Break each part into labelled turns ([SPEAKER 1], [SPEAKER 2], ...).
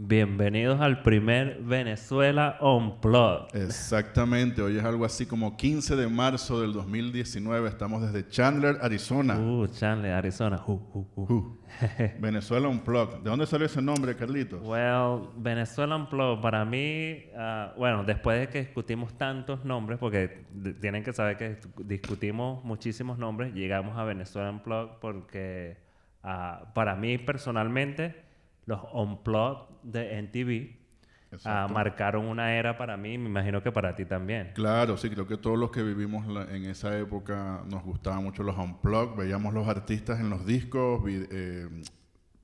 [SPEAKER 1] Bienvenidos al primer Venezuela Unplugged.
[SPEAKER 2] Exactamente, hoy es algo así como 15 de marzo del 2019, estamos desde Chandler, Arizona.
[SPEAKER 1] Uh, Chandler, Arizona. Uh, uh, uh.
[SPEAKER 2] Uh, Venezuela Unplugged. ¿De dónde salió ese nombre, Carlitos?
[SPEAKER 1] Well, Venezuela Unplugged para mí, ah, bueno, después de que discutimos tantos nombres, porque d- tienen que saber que dis- discutimos muchísimos nombres, llegamos a Venezuela Unplugged porque ah, para mí personalmente los Unplugged de NTV ah,
[SPEAKER 2] Exacto.
[SPEAKER 1] marcaron una era para mí, me imagino que para ti también.
[SPEAKER 2] Claro, sí, creo que todos los que vivimos la- en esa época nos gustaban mucho los unplugged, veíamos los artistas en los discos, vi- eh,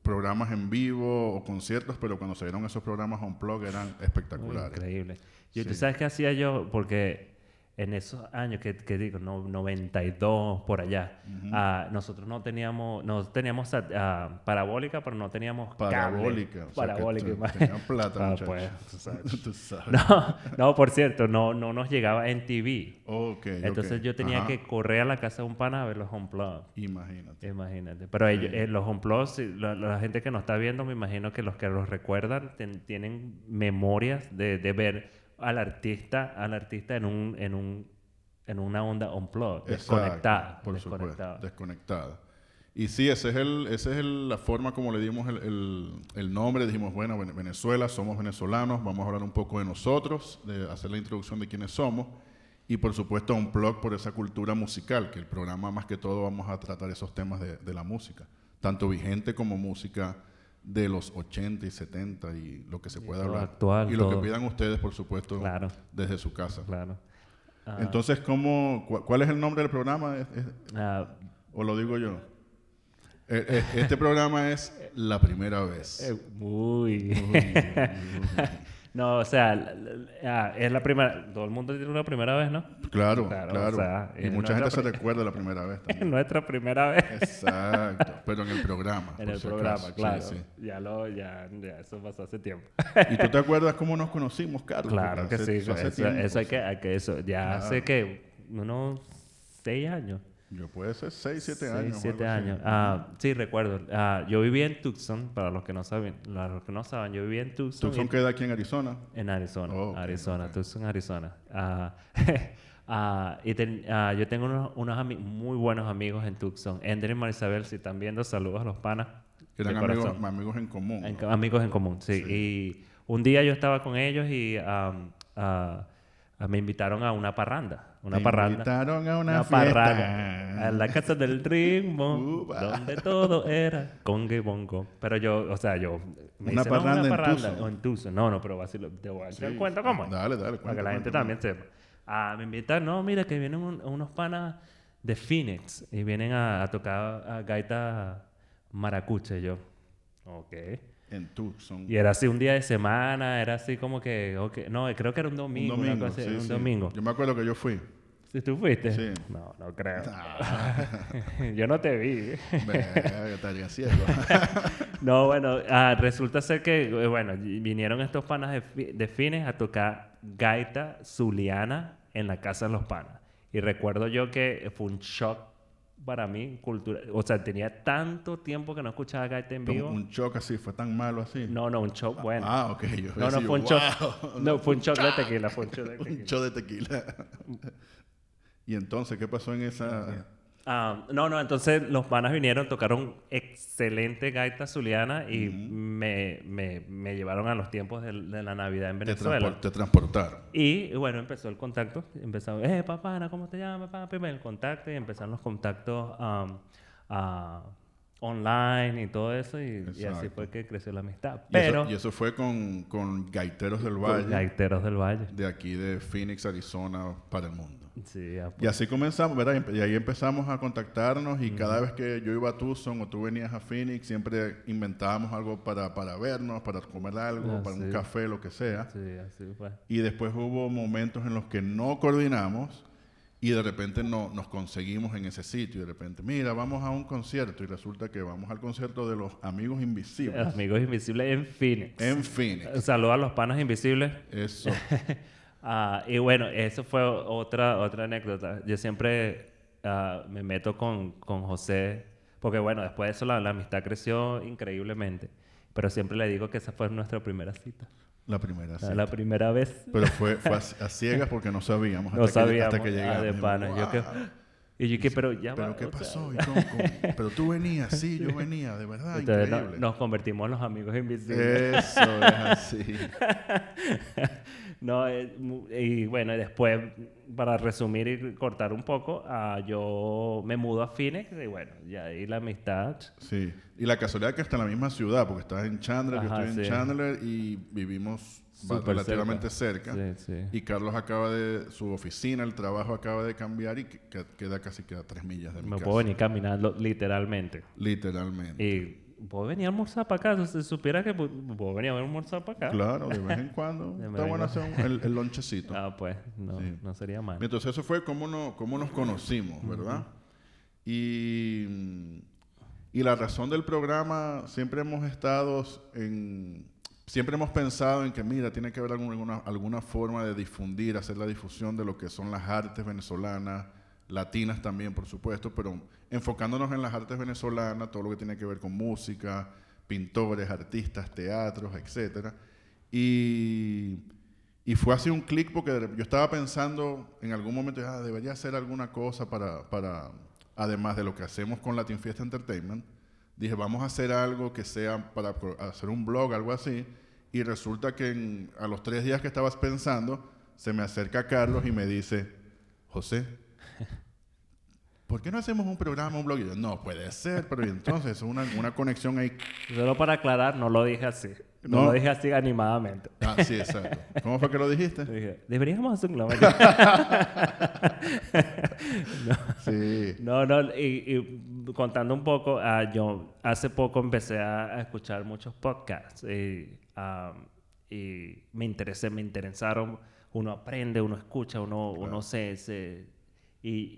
[SPEAKER 2] programas en vivo o conciertos, pero cuando se dieron esos programas unplugged eran
[SPEAKER 1] Uy,
[SPEAKER 2] espectaculares.
[SPEAKER 1] Increíble. Yo, ¿Tú
[SPEAKER 2] Sí.
[SPEAKER 1] sabes qué hacía yo? Porque en esos años, que, que digo, no, 92, por allá, ah, nosotros no teníamos, no teníamos sat- ah, parabólica, pero no teníamos cable.
[SPEAKER 2] Parabólica. o sea que
[SPEAKER 1] parabólica,
[SPEAKER 2] te-
[SPEAKER 1] imagínate.
[SPEAKER 2] Tenían plata,
[SPEAKER 1] Ah,
[SPEAKER 2] muchachos.
[SPEAKER 1] pues, tú sabes.
[SPEAKER 2] Tú sabes.
[SPEAKER 1] no, no, por cierto, no, no nos llegaba en TV.
[SPEAKER 2] Ok, ok.
[SPEAKER 1] Entonces yo tenía
[SPEAKER 2] Ajá,
[SPEAKER 1] que correr a la casa de un pana a ver los unplugged.
[SPEAKER 2] Imagínate.
[SPEAKER 1] Imagínate. Pero ellos- eh, los Unplugged, si- la, la gente que nos está viendo, me imagino que los que los recuerdan ten- tienen memorias de, de ver al artista, al artista en un, en un, en una onda Unplugged,
[SPEAKER 2] Exacto,
[SPEAKER 1] desconectada.
[SPEAKER 2] Por
[SPEAKER 1] desconectada.
[SPEAKER 2] supuesto, desconectada. Y sí, esa es, el, esa es el- la forma como le dimos el, el- el nombre. Dijimos, bueno, Vene- Venezuela, somos venezolanos, vamos a hablar un poco de nosotros, de hacer la introducción de quiénes somos. Y por supuesto, un blog por esa cultura musical, que el programa más que todo vamos a tratar esos temas de, de la música, tanto vigente como música de los 80 y 70 y lo que se pueda
[SPEAKER 1] todo
[SPEAKER 2] hablar.
[SPEAKER 1] actual,
[SPEAKER 2] y lo
[SPEAKER 1] todo.
[SPEAKER 2] que pidan ustedes, por supuesto,
[SPEAKER 1] Claro.
[SPEAKER 2] desde su casa.
[SPEAKER 1] Claro. Ah,
[SPEAKER 2] Entonces, ¿cómo, cu- ¿cuál es el nombre del programa? ¿Es- es-
[SPEAKER 1] ah,
[SPEAKER 2] ¿O lo digo yo? Eh, eh, este programa es la primera vez.
[SPEAKER 1] eh, uy. no, o sea, la- la- ah, es la primera. Todo el mundo tiene una primera vez, ¿no?
[SPEAKER 2] Claro,
[SPEAKER 1] Claro,
[SPEAKER 2] claro.
[SPEAKER 1] o sea,
[SPEAKER 2] y
[SPEAKER 1] es
[SPEAKER 2] mucha gente
[SPEAKER 1] nuestra
[SPEAKER 2] se recuerda la primera vez
[SPEAKER 1] Es
[SPEAKER 2] también.
[SPEAKER 1] nuestra primera vez.
[SPEAKER 2] Exacto, pero en el programa.
[SPEAKER 1] En
[SPEAKER 2] por
[SPEAKER 1] el
[SPEAKER 2] si
[SPEAKER 1] programa,
[SPEAKER 2] acaso. Sí,
[SPEAKER 1] claro.
[SPEAKER 2] sí.
[SPEAKER 1] Ya lo, ya, ya, eso pasó hace tiempo.
[SPEAKER 2] ¿Y tú te acuerdas cómo nos conocimos, Carlos?
[SPEAKER 1] Claro
[SPEAKER 2] Porque
[SPEAKER 1] que sí,
[SPEAKER 2] hace-
[SPEAKER 1] eso,
[SPEAKER 2] hace
[SPEAKER 1] eso
[SPEAKER 2] tiempo,
[SPEAKER 1] hay que, hay que eso, ya hace que unos seis años.
[SPEAKER 2] Yo puede ser 6, 7
[SPEAKER 1] seis,
[SPEAKER 2] años. o
[SPEAKER 1] siete
[SPEAKER 2] algo así.
[SPEAKER 1] años. Ah, sí, recuerdo. Ah, yo vivía en Tucson, para los que no saben, para los que no saben, yo vivía en Tucson.
[SPEAKER 2] Tucson
[SPEAKER 1] y-
[SPEAKER 2] queda aquí en Arizona.
[SPEAKER 1] en Arizona,
[SPEAKER 2] Oh, ok,
[SPEAKER 1] Arizona,
[SPEAKER 2] ok.
[SPEAKER 1] Tucson, Arizona. Ah, ah, y ten- ah, yo tengo unos, unos ami- muy buenos amigos en Tucson. Ender y Marisabel, si están viendo, saludos a los panas.
[SPEAKER 2] Que
[SPEAKER 1] de
[SPEAKER 2] eran amigos,
[SPEAKER 1] corazón.
[SPEAKER 2] amigos en común.
[SPEAKER 1] En-
[SPEAKER 2] ¿no?
[SPEAKER 1] amigos en común, sí. Y un día yo estaba con ellos y am, ah, ah, me invitaron a una parranda. Una
[SPEAKER 2] Te
[SPEAKER 1] parranda.
[SPEAKER 2] invitaron a una,
[SPEAKER 1] una
[SPEAKER 2] fiesta.
[SPEAKER 1] parranda. A la casa del ritmo,
[SPEAKER 2] Upa.
[SPEAKER 1] donde todo era conga y bongo. Pero yo, o sea, yo. Me
[SPEAKER 2] Una
[SPEAKER 1] dice, "No,
[SPEAKER 2] parranda en
[SPEAKER 1] parranda.
[SPEAKER 2] Tucson.
[SPEAKER 1] o en Tucson. No, no, pero así lo, te voy a echar el cuento cómo es.
[SPEAKER 2] Dale,
[SPEAKER 1] Para
[SPEAKER 2] dale.
[SPEAKER 1] que
[SPEAKER 2] cuenta,
[SPEAKER 1] la gente
[SPEAKER 2] cuenta,
[SPEAKER 1] también sepa. Ah, me invitan, no, mira que vienen un- unos panas de Phoenix y vienen a, a tocar a gaita maracuche yo. Ok.
[SPEAKER 2] En Tucson.
[SPEAKER 1] Y era así un día de semana, era así como que, ok, no, creo que era un
[SPEAKER 2] Un
[SPEAKER 1] domingo, una
[SPEAKER 2] domingo.
[SPEAKER 1] cosa así,
[SPEAKER 2] sí,
[SPEAKER 1] un
[SPEAKER 2] sí.
[SPEAKER 1] domingo.
[SPEAKER 2] Yo me acuerdo que yo fui.
[SPEAKER 1] ¿Sí tú fuiste?
[SPEAKER 2] Sí.
[SPEAKER 1] No, no creo. Yo no te vi.
[SPEAKER 2] Verga, Estaría ciego.
[SPEAKER 1] No, bueno, ah, resulta ser que, eh, bueno, y- vinieron estos panas de, fi- de Fines a tocar gaita zuliana en la casa de los panas. Y recuerdo yo que fue un shock para mí, cultura. O sea, tenía tanto tiempo que no escuchaba gaita en
[SPEAKER 2] Fue
[SPEAKER 1] vivo.
[SPEAKER 2] un shock así, fue tan malo así.
[SPEAKER 1] No, no, un shock bueno.
[SPEAKER 2] Ah, ok. Yo
[SPEAKER 1] no, no,
[SPEAKER 2] decía,
[SPEAKER 1] fue un
[SPEAKER 2] "Wow".
[SPEAKER 1] shock. No, fue un shock de tequila, fue un shock de tequila.
[SPEAKER 2] Un shock de tequila. y entonces, ¿qué pasó en esa...?
[SPEAKER 1] Ah, no, no, entonces los panas vinieron, tocaron excelente gaita zuliana y me, me- me llevaron a los tiempos de, de la Navidad en
[SPEAKER 2] Te,
[SPEAKER 1] Venezuela.
[SPEAKER 2] transpor- te transportaron.
[SPEAKER 1] Y bueno, empezó el contacto. Empezaron, eh, papá, Ana, ¿cómo te llamas, papi? El contacto y empezaron los contactos am, ah, online y todo eso. Y, y así
[SPEAKER 2] Exacto.
[SPEAKER 1] fue que creció la amistad.
[SPEAKER 2] Y eso-
[SPEAKER 1] Pero,
[SPEAKER 2] Y eso, fue con, con Gaiteros del
[SPEAKER 1] con
[SPEAKER 2] Valle,
[SPEAKER 1] gaiteros del Valle.
[SPEAKER 2] de aquí de Phoenix, Arizona, para el mundo.
[SPEAKER 1] Sí, a-
[SPEAKER 2] Y así comenzamos, ¿verdad? Y empe- Y ahí empezamos a contactarnos y cada vez que yo iba a Tucson o tú venías a Phoenix, siempre inventábamos algo para, para vernos, para comer algo,
[SPEAKER 1] Ah,
[SPEAKER 2] para
[SPEAKER 1] sí.
[SPEAKER 2] un café, lo que sea.
[SPEAKER 1] sí, así fue.
[SPEAKER 2] Y después hubo momentos en los que no coordinamos y de repente no, nos conseguimos en ese sitio. Y de repente, mira, vamos a un concierto y resulta que vamos al concierto de los Amigos Invisibles
[SPEAKER 1] Amigos Invisibles en Phoenix.
[SPEAKER 2] pues. en Phoenix.
[SPEAKER 1] Saludos a los panas invisibles.
[SPEAKER 2] Eso.
[SPEAKER 1] Ah, y bueno, eso fue otra, otra anécdota. Yo siempre ah, me meto con, con José, porque bueno, después de eso la, la amistad creció increíblemente. Pero siempre le digo que esa fue nuestra primera cita.
[SPEAKER 2] La primera, sí.
[SPEAKER 1] Ah, La primera vez.
[SPEAKER 2] Pero fue, fue a, a ciegas porque no sabíamos.
[SPEAKER 1] No
[SPEAKER 2] hasta que-
[SPEAKER 1] sabíamos.
[SPEAKER 2] hasta que llegamos.
[SPEAKER 1] ah, de
[SPEAKER 2] Dijimos,
[SPEAKER 1] pana.
[SPEAKER 2] "Wow".
[SPEAKER 1] Yo que, y yo que, pero ya
[SPEAKER 2] Pero
[SPEAKER 1] va,
[SPEAKER 2] ¿qué
[SPEAKER 1] o sea,
[SPEAKER 2] pasó? ¿Y cómo- cómo? Pero tú venías, sí, yo venía, de verdad,
[SPEAKER 1] entonces no-
[SPEAKER 2] increíble.
[SPEAKER 1] nos convertimos en los amigos invisibles.
[SPEAKER 2] Eso es así.
[SPEAKER 1] no, eh, mu- y bueno, y después, para resumir y cortar un poco, ah, yo me mudo a Phoenix y bueno, ya ahí la amistad.
[SPEAKER 2] Sí. Y la casualidad que está en la misma ciudad, porque estás en Chandler, yo
[SPEAKER 1] Ajá,
[SPEAKER 2] estoy en
[SPEAKER 1] sí.
[SPEAKER 2] Chandler y vivimos va-
[SPEAKER 1] Súper
[SPEAKER 2] relativamente cerca.
[SPEAKER 1] Sí, sí.
[SPEAKER 2] Y Carlos acaba de, su oficina, el trabajo acaba de cambiar y que- que- queda casi que a tres millas de mi
[SPEAKER 1] me
[SPEAKER 2] casa. Mm.
[SPEAKER 1] puedo venir caminando, literalmente.
[SPEAKER 2] Literalmente.
[SPEAKER 1] Y puedo venir a almorzar para acá. Si supiera que pu- puedo venir a almorzar para acá.
[SPEAKER 2] Claro, de vez en cuando.
[SPEAKER 1] De
[SPEAKER 2] está
[SPEAKER 1] vez
[SPEAKER 2] bueno
[SPEAKER 1] en
[SPEAKER 2] hacer un- el, el lonchecito.
[SPEAKER 1] Ah, pues, no,
[SPEAKER 2] Sí.
[SPEAKER 1] no sería mal.
[SPEAKER 2] Entonces eso fue cómo, no, cómo nos conocimos, ¿verdad? Y, y la razón del programa, siempre hemos estado en... Siempre hemos pensado en que, mira, tiene que haber algún- alguna, alguna forma de difundir, hacer la difusión de lo que son las artes venezolanas, latinas también, por supuesto, pero enfocándonos en las artes venezolanas, todo lo que tiene que ver con música, pintores, artistas, teatros, etcétera. Y y fue así un clic porque de rep- yo estaba pensando en algún momento, ah, debería hacer alguna cosa para, para, además de lo que hacemos con Latin Fiesta Entertainment, dije, vamos a hacer algo que sea para pro- hacer un blog, algo así. Y resulta que en- a los tres días que estabas pensando, se me acerca Carlos y me dice, José, ¿por qué no hacemos un programa, un blog? Y yo, no, puede ser, pero y entonces es una, una conexión ahí.
[SPEAKER 1] Solo para aclarar, no lo dije así. No,
[SPEAKER 2] No.
[SPEAKER 1] lo dije así animadamente.
[SPEAKER 2] Ah, sí, exacto. ¿Cómo fue que lo dijiste?
[SPEAKER 1] Dije, Deberíamos hacer un globo.
[SPEAKER 2] Sí.
[SPEAKER 1] No, no, y, y contando un poco, ah, yo hace poco empecé a, a escuchar muchos podcasts y, ah, y me interesé, me interesaron. Uno aprende, uno escucha, uno, uno se... se- y,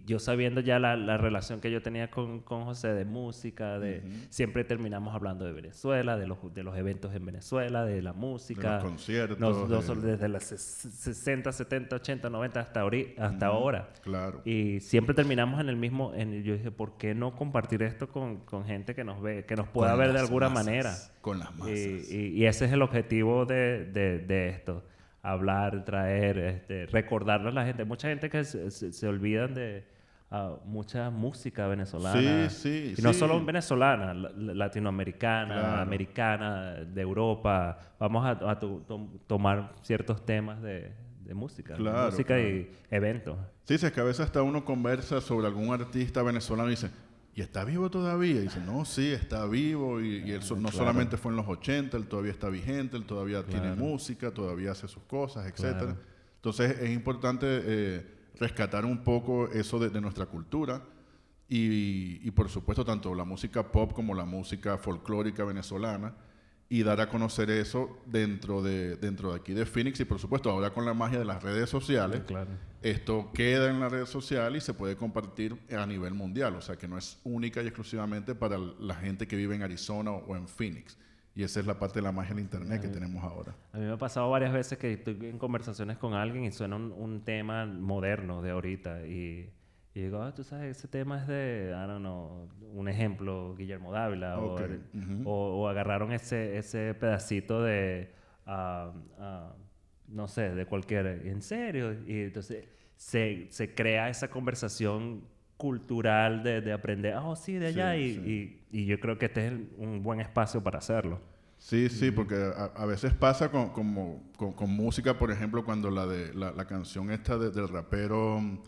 [SPEAKER 1] y yo sabiendo ya la, la relación que yo tenía con, con José de música, de siempre terminamos hablando de Venezuela, de los, de los eventos en Venezuela, de la música.
[SPEAKER 2] conciertos,
[SPEAKER 1] Nos-
[SPEAKER 2] de-
[SPEAKER 1] nosotros desde las ses- 60, 70, 80, 90 hasta, ahori- hasta ahora.
[SPEAKER 2] Claro.
[SPEAKER 1] Y siempre terminamos en el mismo. En el- yo dije, ¿por qué no compartir esto con, con gente que nos ve, que nos pueda
[SPEAKER 2] Con
[SPEAKER 1] ver de
[SPEAKER 2] las
[SPEAKER 1] alguna
[SPEAKER 2] masas,
[SPEAKER 1] manera? Eh,
[SPEAKER 2] Con las
[SPEAKER 1] Y,
[SPEAKER 2] masas.
[SPEAKER 1] y- y ese es el objetivo de, de- de esto: hablar, traer, este, recordarle a la gente. Mucha gente que se, se- se olvidan de ah, mucha música venezolana.
[SPEAKER 2] Sí, sí,
[SPEAKER 1] Y no
[SPEAKER 2] sí.
[SPEAKER 1] solo venezolana, la- la- latinoamericana,
[SPEAKER 2] Claro.
[SPEAKER 1] americana, de Europa. Vamos a, a to- to- tomar ciertos temas de, de música, de
[SPEAKER 2] Claro,
[SPEAKER 1] música
[SPEAKER 2] claro.
[SPEAKER 1] y eventos.
[SPEAKER 2] Sí, sí, es que a veces hasta uno conversa sobre algún artista venezolano y dice, ¿y está vivo todavía? Y dice, no, sí, está vivo. Y, y él so- no solamente fue en los 80, él todavía está vigente, él todavía tiene música, todavía hace sus cosas, etcétera.
[SPEAKER 1] Claro.
[SPEAKER 2] Entonces es importante eh, rescatar un poco eso de, de nuestra cultura. Y, y, por supuesto tanto la música pop como la música folclórica venezolana y dar a conocer eso dentro de, dentro de aquí de Phoenix y por supuesto ahora con la magia de las redes sociales
[SPEAKER 1] Claro.
[SPEAKER 2] esto queda en la red social y se puede compartir a nivel mundial, o sea que no es única y exclusivamente para l- la gente que vive en Arizona o o en Phoenix. Y esa es la parte de la magia del Internet que tenemos ahora.
[SPEAKER 1] A mí me ha pasado varias veces que estoy en conversaciones con alguien y suena un, un tema moderno de ahorita y, y digo, ah, tú sabes, ese tema es de, I don't know, un ejemplo, Guillermo Dávila o-
[SPEAKER 2] Ok,
[SPEAKER 1] o, o agarraron ese, ese pedacito de, ah, ah, no sé, de cualquier, en serio, y entonces se, se crea esa conversación cultural de, de aprender, ah, oh, sí, de
[SPEAKER 2] Sí,
[SPEAKER 1] allá, y,
[SPEAKER 2] sí.
[SPEAKER 1] y- y yo creo que este es el- un buen espacio para hacerlo.
[SPEAKER 2] Sí, sí, porque a, a veces pasa con, como- con- con música, por ejemplo, cuando la de la, la canción esta de- del rapero mm,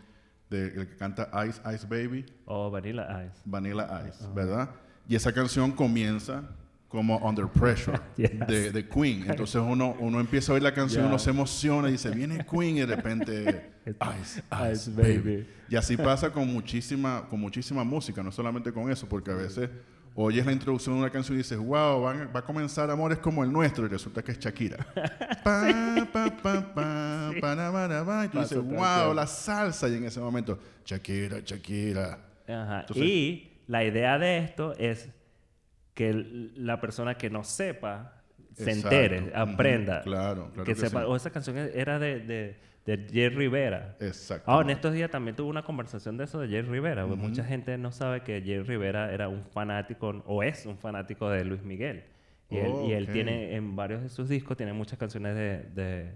[SPEAKER 2] de, el que canta Ice Ice Baby,
[SPEAKER 1] O Oh, Vanilla Ice.
[SPEAKER 2] Vanilla Ice, ¿verdad? Y esa canción comienza como Under Pressure
[SPEAKER 1] Yes.
[SPEAKER 2] de, de Queen. Entonces uno, uno empieza a oír la canción,
[SPEAKER 1] Ya.
[SPEAKER 2] uno se emociona y dice, viene Queen y de repente Ice, Ice,
[SPEAKER 1] Ice
[SPEAKER 2] baby.
[SPEAKER 1] Baby.
[SPEAKER 2] Y así pasa con muchísima, con muchísima música, no solamente con eso, porque a veces oyes la introducción de una canción y dices, wow, van- va a comenzar Amores como el nuestro, y resulta que es Shakira. Pa, pa, pa, pa, para, para, para. y tú
[SPEAKER 1] Pasa
[SPEAKER 2] dices,
[SPEAKER 1] tal
[SPEAKER 2] wow,
[SPEAKER 1] cual.
[SPEAKER 2] la salsa, y en ese momento, Shakira, Shakira.
[SPEAKER 1] Ajá.
[SPEAKER 2] Entonces-
[SPEAKER 1] y la idea de esto es que l- la persona que no sepa se
[SPEAKER 2] Exacto.
[SPEAKER 1] entere,
[SPEAKER 2] Ujú,
[SPEAKER 1] aprenda.
[SPEAKER 2] claro, claro que
[SPEAKER 1] sepa.
[SPEAKER 2] sí.
[SPEAKER 1] O esa canción e, era de, de, de Jerry Rivera.
[SPEAKER 2] Exacto.
[SPEAKER 1] Ah, en estos días también tuve una conversación de eso de Jerry Rivera. porque Mucha gente no sabe que Jerry Rivera era un fanático o es un fanático de Luis Miguel. Y él, y él
[SPEAKER 2] Ok.
[SPEAKER 1] tiene, en varios de sus discos, tiene muchas canciones de, de,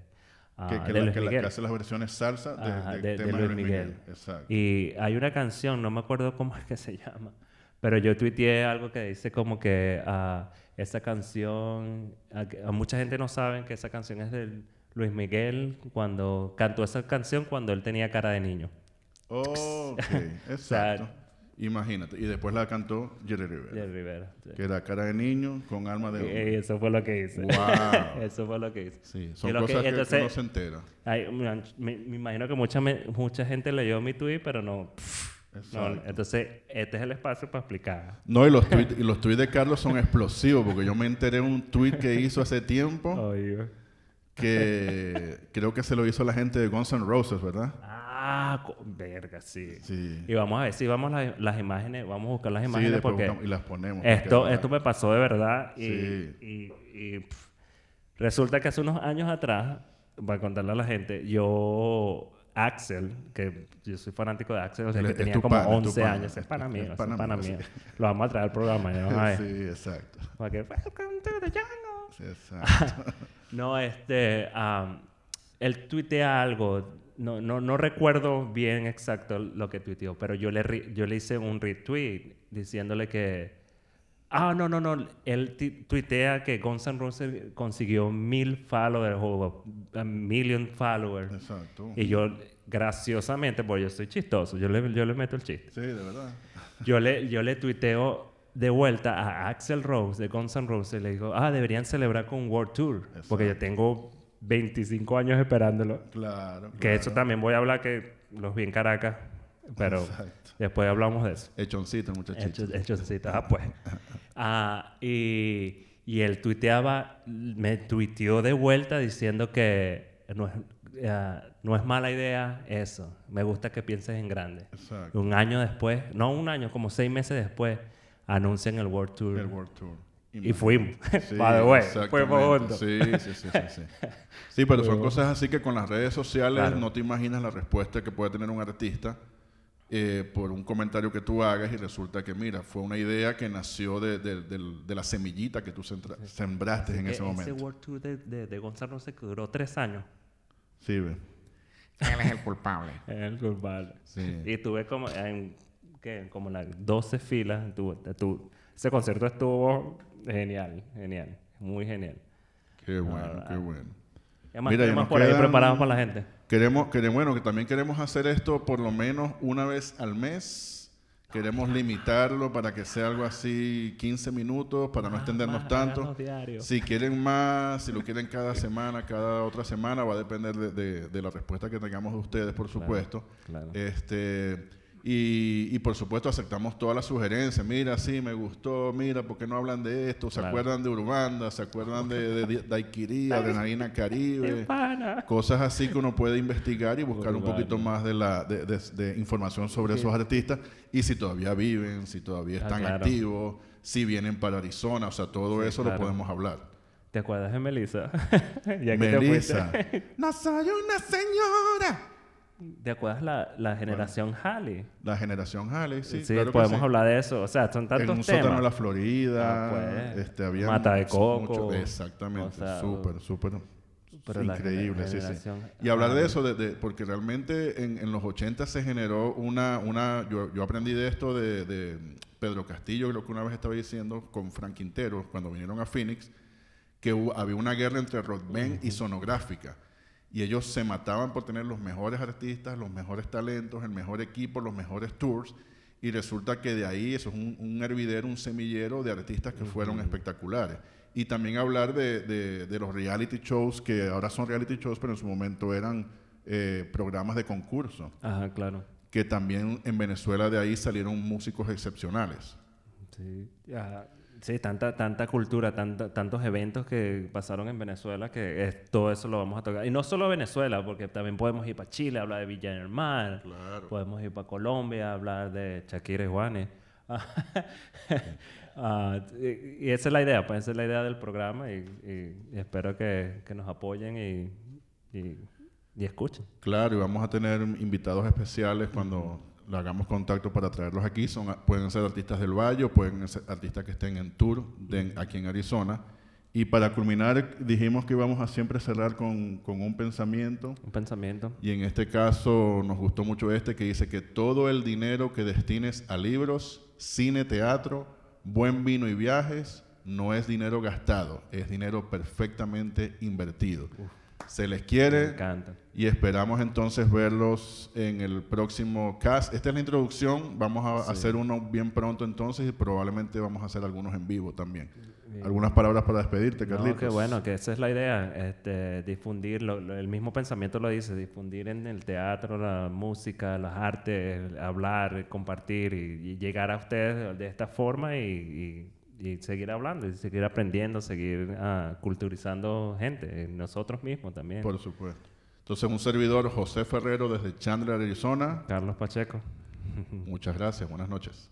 [SPEAKER 1] ah,
[SPEAKER 2] que,
[SPEAKER 1] de
[SPEAKER 2] que la-
[SPEAKER 1] Luis
[SPEAKER 2] que la- que
[SPEAKER 1] Miguel.
[SPEAKER 2] hace las versiones salsa de,
[SPEAKER 1] Ajá,
[SPEAKER 2] de
[SPEAKER 1] de- de
[SPEAKER 2] temas de
[SPEAKER 1] Luis
[SPEAKER 2] Luis Miguel.
[SPEAKER 1] Miguel.
[SPEAKER 2] Exacto.
[SPEAKER 1] Y hay una canción, no me acuerdo cómo es que se llama, pero yo tuiteé algo que dice como que ah, esa canción, a, que- a mucha gente no sabe que esa canción es de Luis Miguel cuando cantó esa canción cuando él tenía cara de niño.
[SPEAKER 2] Ok, exacto. Imagínate. Y después la cantó Jerry Rivera.
[SPEAKER 1] De Rivera. Eh, sí.
[SPEAKER 2] Que era cara de niño con alma de hombre.
[SPEAKER 1] Y eso fue lo que hice.
[SPEAKER 2] Wow.
[SPEAKER 1] eso fue lo que hice.
[SPEAKER 2] Sí,
[SPEAKER 1] Y
[SPEAKER 2] son
[SPEAKER 1] lo que-
[SPEAKER 2] cosas que, que
[SPEAKER 1] entonces-
[SPEAKER 2] uno se entera.
[SPEAKER 1] Ay, me, me imagino que mucha, me- mucha gente leyó mi tweet, pero no. no,
[SPEAKER 2] Exacto.
[SPEAKER 1] entonces, este es el espacio para explicar.
[SPEAKER 2] No, y los tweets, y los tweets de Carlos son explosivos, porque yo me enteré de un tweet que hizo hace tiempo
[SPEAKER 1] Oye.
[SPEAKER 2] que creo que se lo hizo la gente de Guns N' Roses, ¿verdad?
[SPEAKER 1] Ah, co- verga, sí.
[SPEAKER 2] Sí.
[SPEAKER 1] Y vamos a ver si vamos la- las imágenes, vamos a buscar las
[SPEAKER 2] sí,
[SPEAKER 1] imágenes
[SPEAKER 2] después
[SPEAKER 1] porque
[SPEAKER 2] buscamos y las ponemos. porque
[SPEAKER 1] esto,
[SPEAKER 2] ahora-
[SPEAKER 1] esto me pasó de verdad. Y,
[SPEAKER 2] Sí.
[SPEAKER 1] y- y, pff, resulta que hace unos años atrás, para contarle a la gente, yo, Axel, que yo soy fanático de Axel, o sea,
[SPEAKER 2] Él
[SPEAKER 1] que
[SPEAKER 2] es- es
[SPEAKER 1] tenía
[SPEAKER 2] tu
[SPEAKER 1] como
[SPEAKER 2] pana, es tu
[SPEAKER 1] 11
[SPEAKER 2] pana,
[SPEAKER 1] años, es
[SPEAKER 2] es-
[SPEAKER 1] para
[SPEAKER 2] es-
[SPEAKER 1] mí,
[SPEAKER 2] es
[SPEAKER 1] es
[SPEAKER 2] pana
[SPEAKER 1] para
[SPEAKER 2] mío,
[SPEAKER 1] mí.
[SPEAKER 2] sí.
[SPEAKER 1] Lo vamos a traer al programa, ya van a ver.
[SPEAKER 2] Sí, exacto.
[SPEAKER 1] Para que- Welcome to the jungle.
[SPEAKER 2] Sí, exacto.
[SPEAKER 1] No, este, am, él tuitea algo, no, no, no recuerdo bien exacto lo que tuiteó, pero yo le, re- yo le hice un retweet diciéndole que, ah, no, no, no, él ti- tuitea que Guns N' Roses consiguió mil followers o a million followers.
[SPEAKER 2] exacto.
[SPEAKER 1] Y yo, graciosamente, porque yo soy chistoso, yo le, yo le meto el chiste.
[SPEAKER 2] Sí, de verdad.
[SPEAKER 1] Yo le, yo le tuiteo de vuelta a Axel Rose de Guns N' Roses. Le digo, ah, deberían celebrar con World Tour. Porque yo tengo 25 años esperándolo.
[SPEAKER 2] Claro.
[SPEAKER 1] Que
[SPEAKER 2] claro.
[SPEAKER 1] eso también voy a hablar que los vi en Caracas. Pero
[SPEAKER 2] Exacto.
[SPEAKER 1] después hablamos de eso.
[SPEAKER 2] Hechoncito, muchachito.
[SPEAKER 1] Hecho- hechoncito. Ah, pues. Ah, y, y él tuiteaba, me tuiteó de vuelta diciendo que no es, ah, no es mala idea eso. Me gusta que pienses en grande.
[SPEAKER 2] Exacto.
[SPEAKER 1] Un año después, no un año, como seis meses después, anuncian el World Tour.
[SPEAKER 2] El World Tour.
[SPEAKER 1] y fuimos.
[SPEAKER 2] Sí,
[SPEAKER 1] By the way,
[SPEAKER 2] exactamente.
[SPEAKER 1] fuimos juntos.
[SPEAKER 2] Sí, sí, sí, sí, sí. Sí, pero son cosas así que con las redes sociales
[SPEAKER 1] Claro.
[SPEAKER 2] no te imaginas la respuesta que puede tener un artista eh, por un comentario que tú hagas y resulta que, mira, fue una idea que nació de, de- del- de la semillita que tú centra- sembraste en
[SPEAKER 1] Que
[SPEAKER 2] ese momento.
[SPEAKER 1] E-, World Tour de, de, de Gonzalo se duró tres años.
[SPEAKER 2] Sí, ve.
[SPEAKER 3] Él es el culpable.
[SPEAKER 1] El culpable.
[SPEAKER 2] Sí.
[SPEAKER 1] Y tuve como en, ¿qué? en como las 12 filas. tuve- tu- ese concierto estuvo genial, genial, muy genial.
[SPEAKER 2] Qué bueno, qué bueno.
[SPEAKER 1] Y Además,
[SPEAKER 2] Mira, ya
[SPEAKER 1] tenemos
[SPEAKER 2] nos
[SPEAKER 1] por ahí
[SPEAKER 2] quedan-
[SPEAKER 1] preparados para la gente.
[SPEAKER 2] Queremos, queremos, bueno, que también queremos hacer esto por lo menos una vez al mes. Queremos limitarlo para que sea algo así 15 minutos, para no
[SPEAKER 1] Ah,
[SPEAKER 2] extendernos
[SPEAKER 1] más,
[SPEAKER 2] tanto.
[SPEAKER 1] háganos diario.
[SPEAKER 2] Si quieren más, si lo quieren cada semana, cada otra semana, va a depender de, de- de la respuesta que tengamos de ustedes, por supuesto.
[SPEAKER 1] claro.
[SPEAKER 2] Este, y, y por supuesto aceptamos todas las sugerencias. Mira, sí, me gustó, mira, ¿por qué no hablan de esto? ¿Se
[SPEAKER 1] Claro.
[SPEAKER 2] acuerdan de Urbanda? ¿Se acuerdan de, de Daiquiri, Adrenalina Caribe?
[SPEAKER 1] Pana.
[SPEAKER 2] Cosas así que uno puede investigar y buscar un
[SPEAKER 1] Urbano.
[SPEAKER 2] poquito más de, la, de, de- de información sobre esos artistas y si todavía viven, si todavía
[SPEAKER 1] Ah,
[SPEAKER 2] están
[SPEAKER 1] claro.
[SPEAKER 2] activos, si vienen para Arizona, o sea, todo eso
[SPEAKER 1] claro.
[SPEAKER 2] lo podemos hablar.
[SPEAKER 1] ¿Te acuerdas de Melissa? ya que te fuiste.
[SPEAKER 2] Melissa, no soy una señora.
[SPEAKER 1] ¿Te acuerdas la, la generación Halley?
[SPEAKER 2] La generación Halley, sí,
[SPEAKER 1] Sí,
[SPEAKER 2] claro que
[SPEAKER 1] podemos
[SPEAKER 2] sí.
[SPEAKER 1] hablar de eso. O sea, son tantos
[SPEAKER 2] En un
[SPEAKER 1] temas.
[SPEAKER 2] sótano de la Florida,
[SPEAKER 1] Ah, pues.
[SPEAKER 2] este, había
[SPEAKER 1] Mata de
[SPEAKER 2] mucho-
[SPEAKER 1] coco.
[SPEAKER 2] mucho- exactamente,
[SPEAKER 1] O sea,
[SPEAKER 2] súper, súper.
[SPEAKER 1] pero la
[SPEAKER 2] Increíble, sí, sí.
[SPEAKER 1] generación- Ah.
[SPEAKER 2] Y hablar de eso, de- de- porque realmente en, en los 80 se generó una... una yo, yo aprendí de esto de, de Pedro Castillo, lo que una vez estaba diciendo, con Frank Quintero, cuando vinieron a Phoenix, que hubo- había una guerra entre rock band y sonográfica. Y ellos se mataban por tener los mejores artistas, los mejores talentos, el mejor equipo, los mejores tours. Y resulta que de ahí eso es un, un hervidero, un semillero de artistas que fueron espectaculares. Y también hablar de, de- de los reality shows, que ahora son reality shows, pero en su momento eran eh, programas de concurso,
[SPEAKER 1] Ajá, claro.
[SPEAKER 2] que también en Venezuela de ahí salieron músicos excepcionales.
[SPEAKER 1] Sí, Ajá. sí tanta, tanta cultura, tanta- tantos eventos que pasaron en Venezuela que es- todo eso lo vamos a tocar. Y no solo Venezuela, porque también podemos ir para Chile, hablar de Villa del Mar. Podemos ir para Colombia, hablar de Shakira y Juanes. Ah, y, y esa es la idea, pues esa es la idea del programa y, y- y espero que, que nos apoyen y, y, y escuchen.
[SPEAKER 2] Claro, y vamos a tener invitados especiales cuando hagamos contacto para traerlos aquí. Son, a- pueden ser artistas del Valle, o pueden ser artistas que estén en tour de- aquí en Arizona. Y para culminar, dijimos que íbamos a siempre cerrar con, con un pensamiento.
[SPEAKER 1] Un pensamiento.
[SPEAKER 2] Y en este caso nos gustó mucho este que dice que todo el dinero que destines a libros, cine, teatro, buen vino y viajes no es dinero gastado, es dinero perfectamente invertido. Se les
[SPEAKER 1] Me
[SPEAKER 2] quiere
[SPEAKER 1] encanta.
[SPEAKER 2] y esperamos entonces verlos en el próximo cast. Esta es la introducción, vamos a hacer uno bien pronto entonces y probablemente vamos a hacer algunos en vivo también. Algunas palabras para despedirte,
[SPEAKER 1] No,
[SPEAKER 2] Carlitos.
[SPEAKER 1] que bueno, que esa es la idea, este, difundir, lo- lo- el mismo pensamiento lo dice, difundir en el teatro, la música, las artes, hablar, compartir y, y llegar a ustedes de esta forma y, y- y seguir hablando, y seguir aprendiendo, seguir ah, culturizando gente, eh, nosotros mismos también.
[SPEAKER 2] Por supuesto. Entonces, un servidor, José Ferrero, desde Chandler, Arizona.
[SPEAKER 1] Carlos Pacheco.
[SPEAKER 2] Muchas gracias, buenas noches.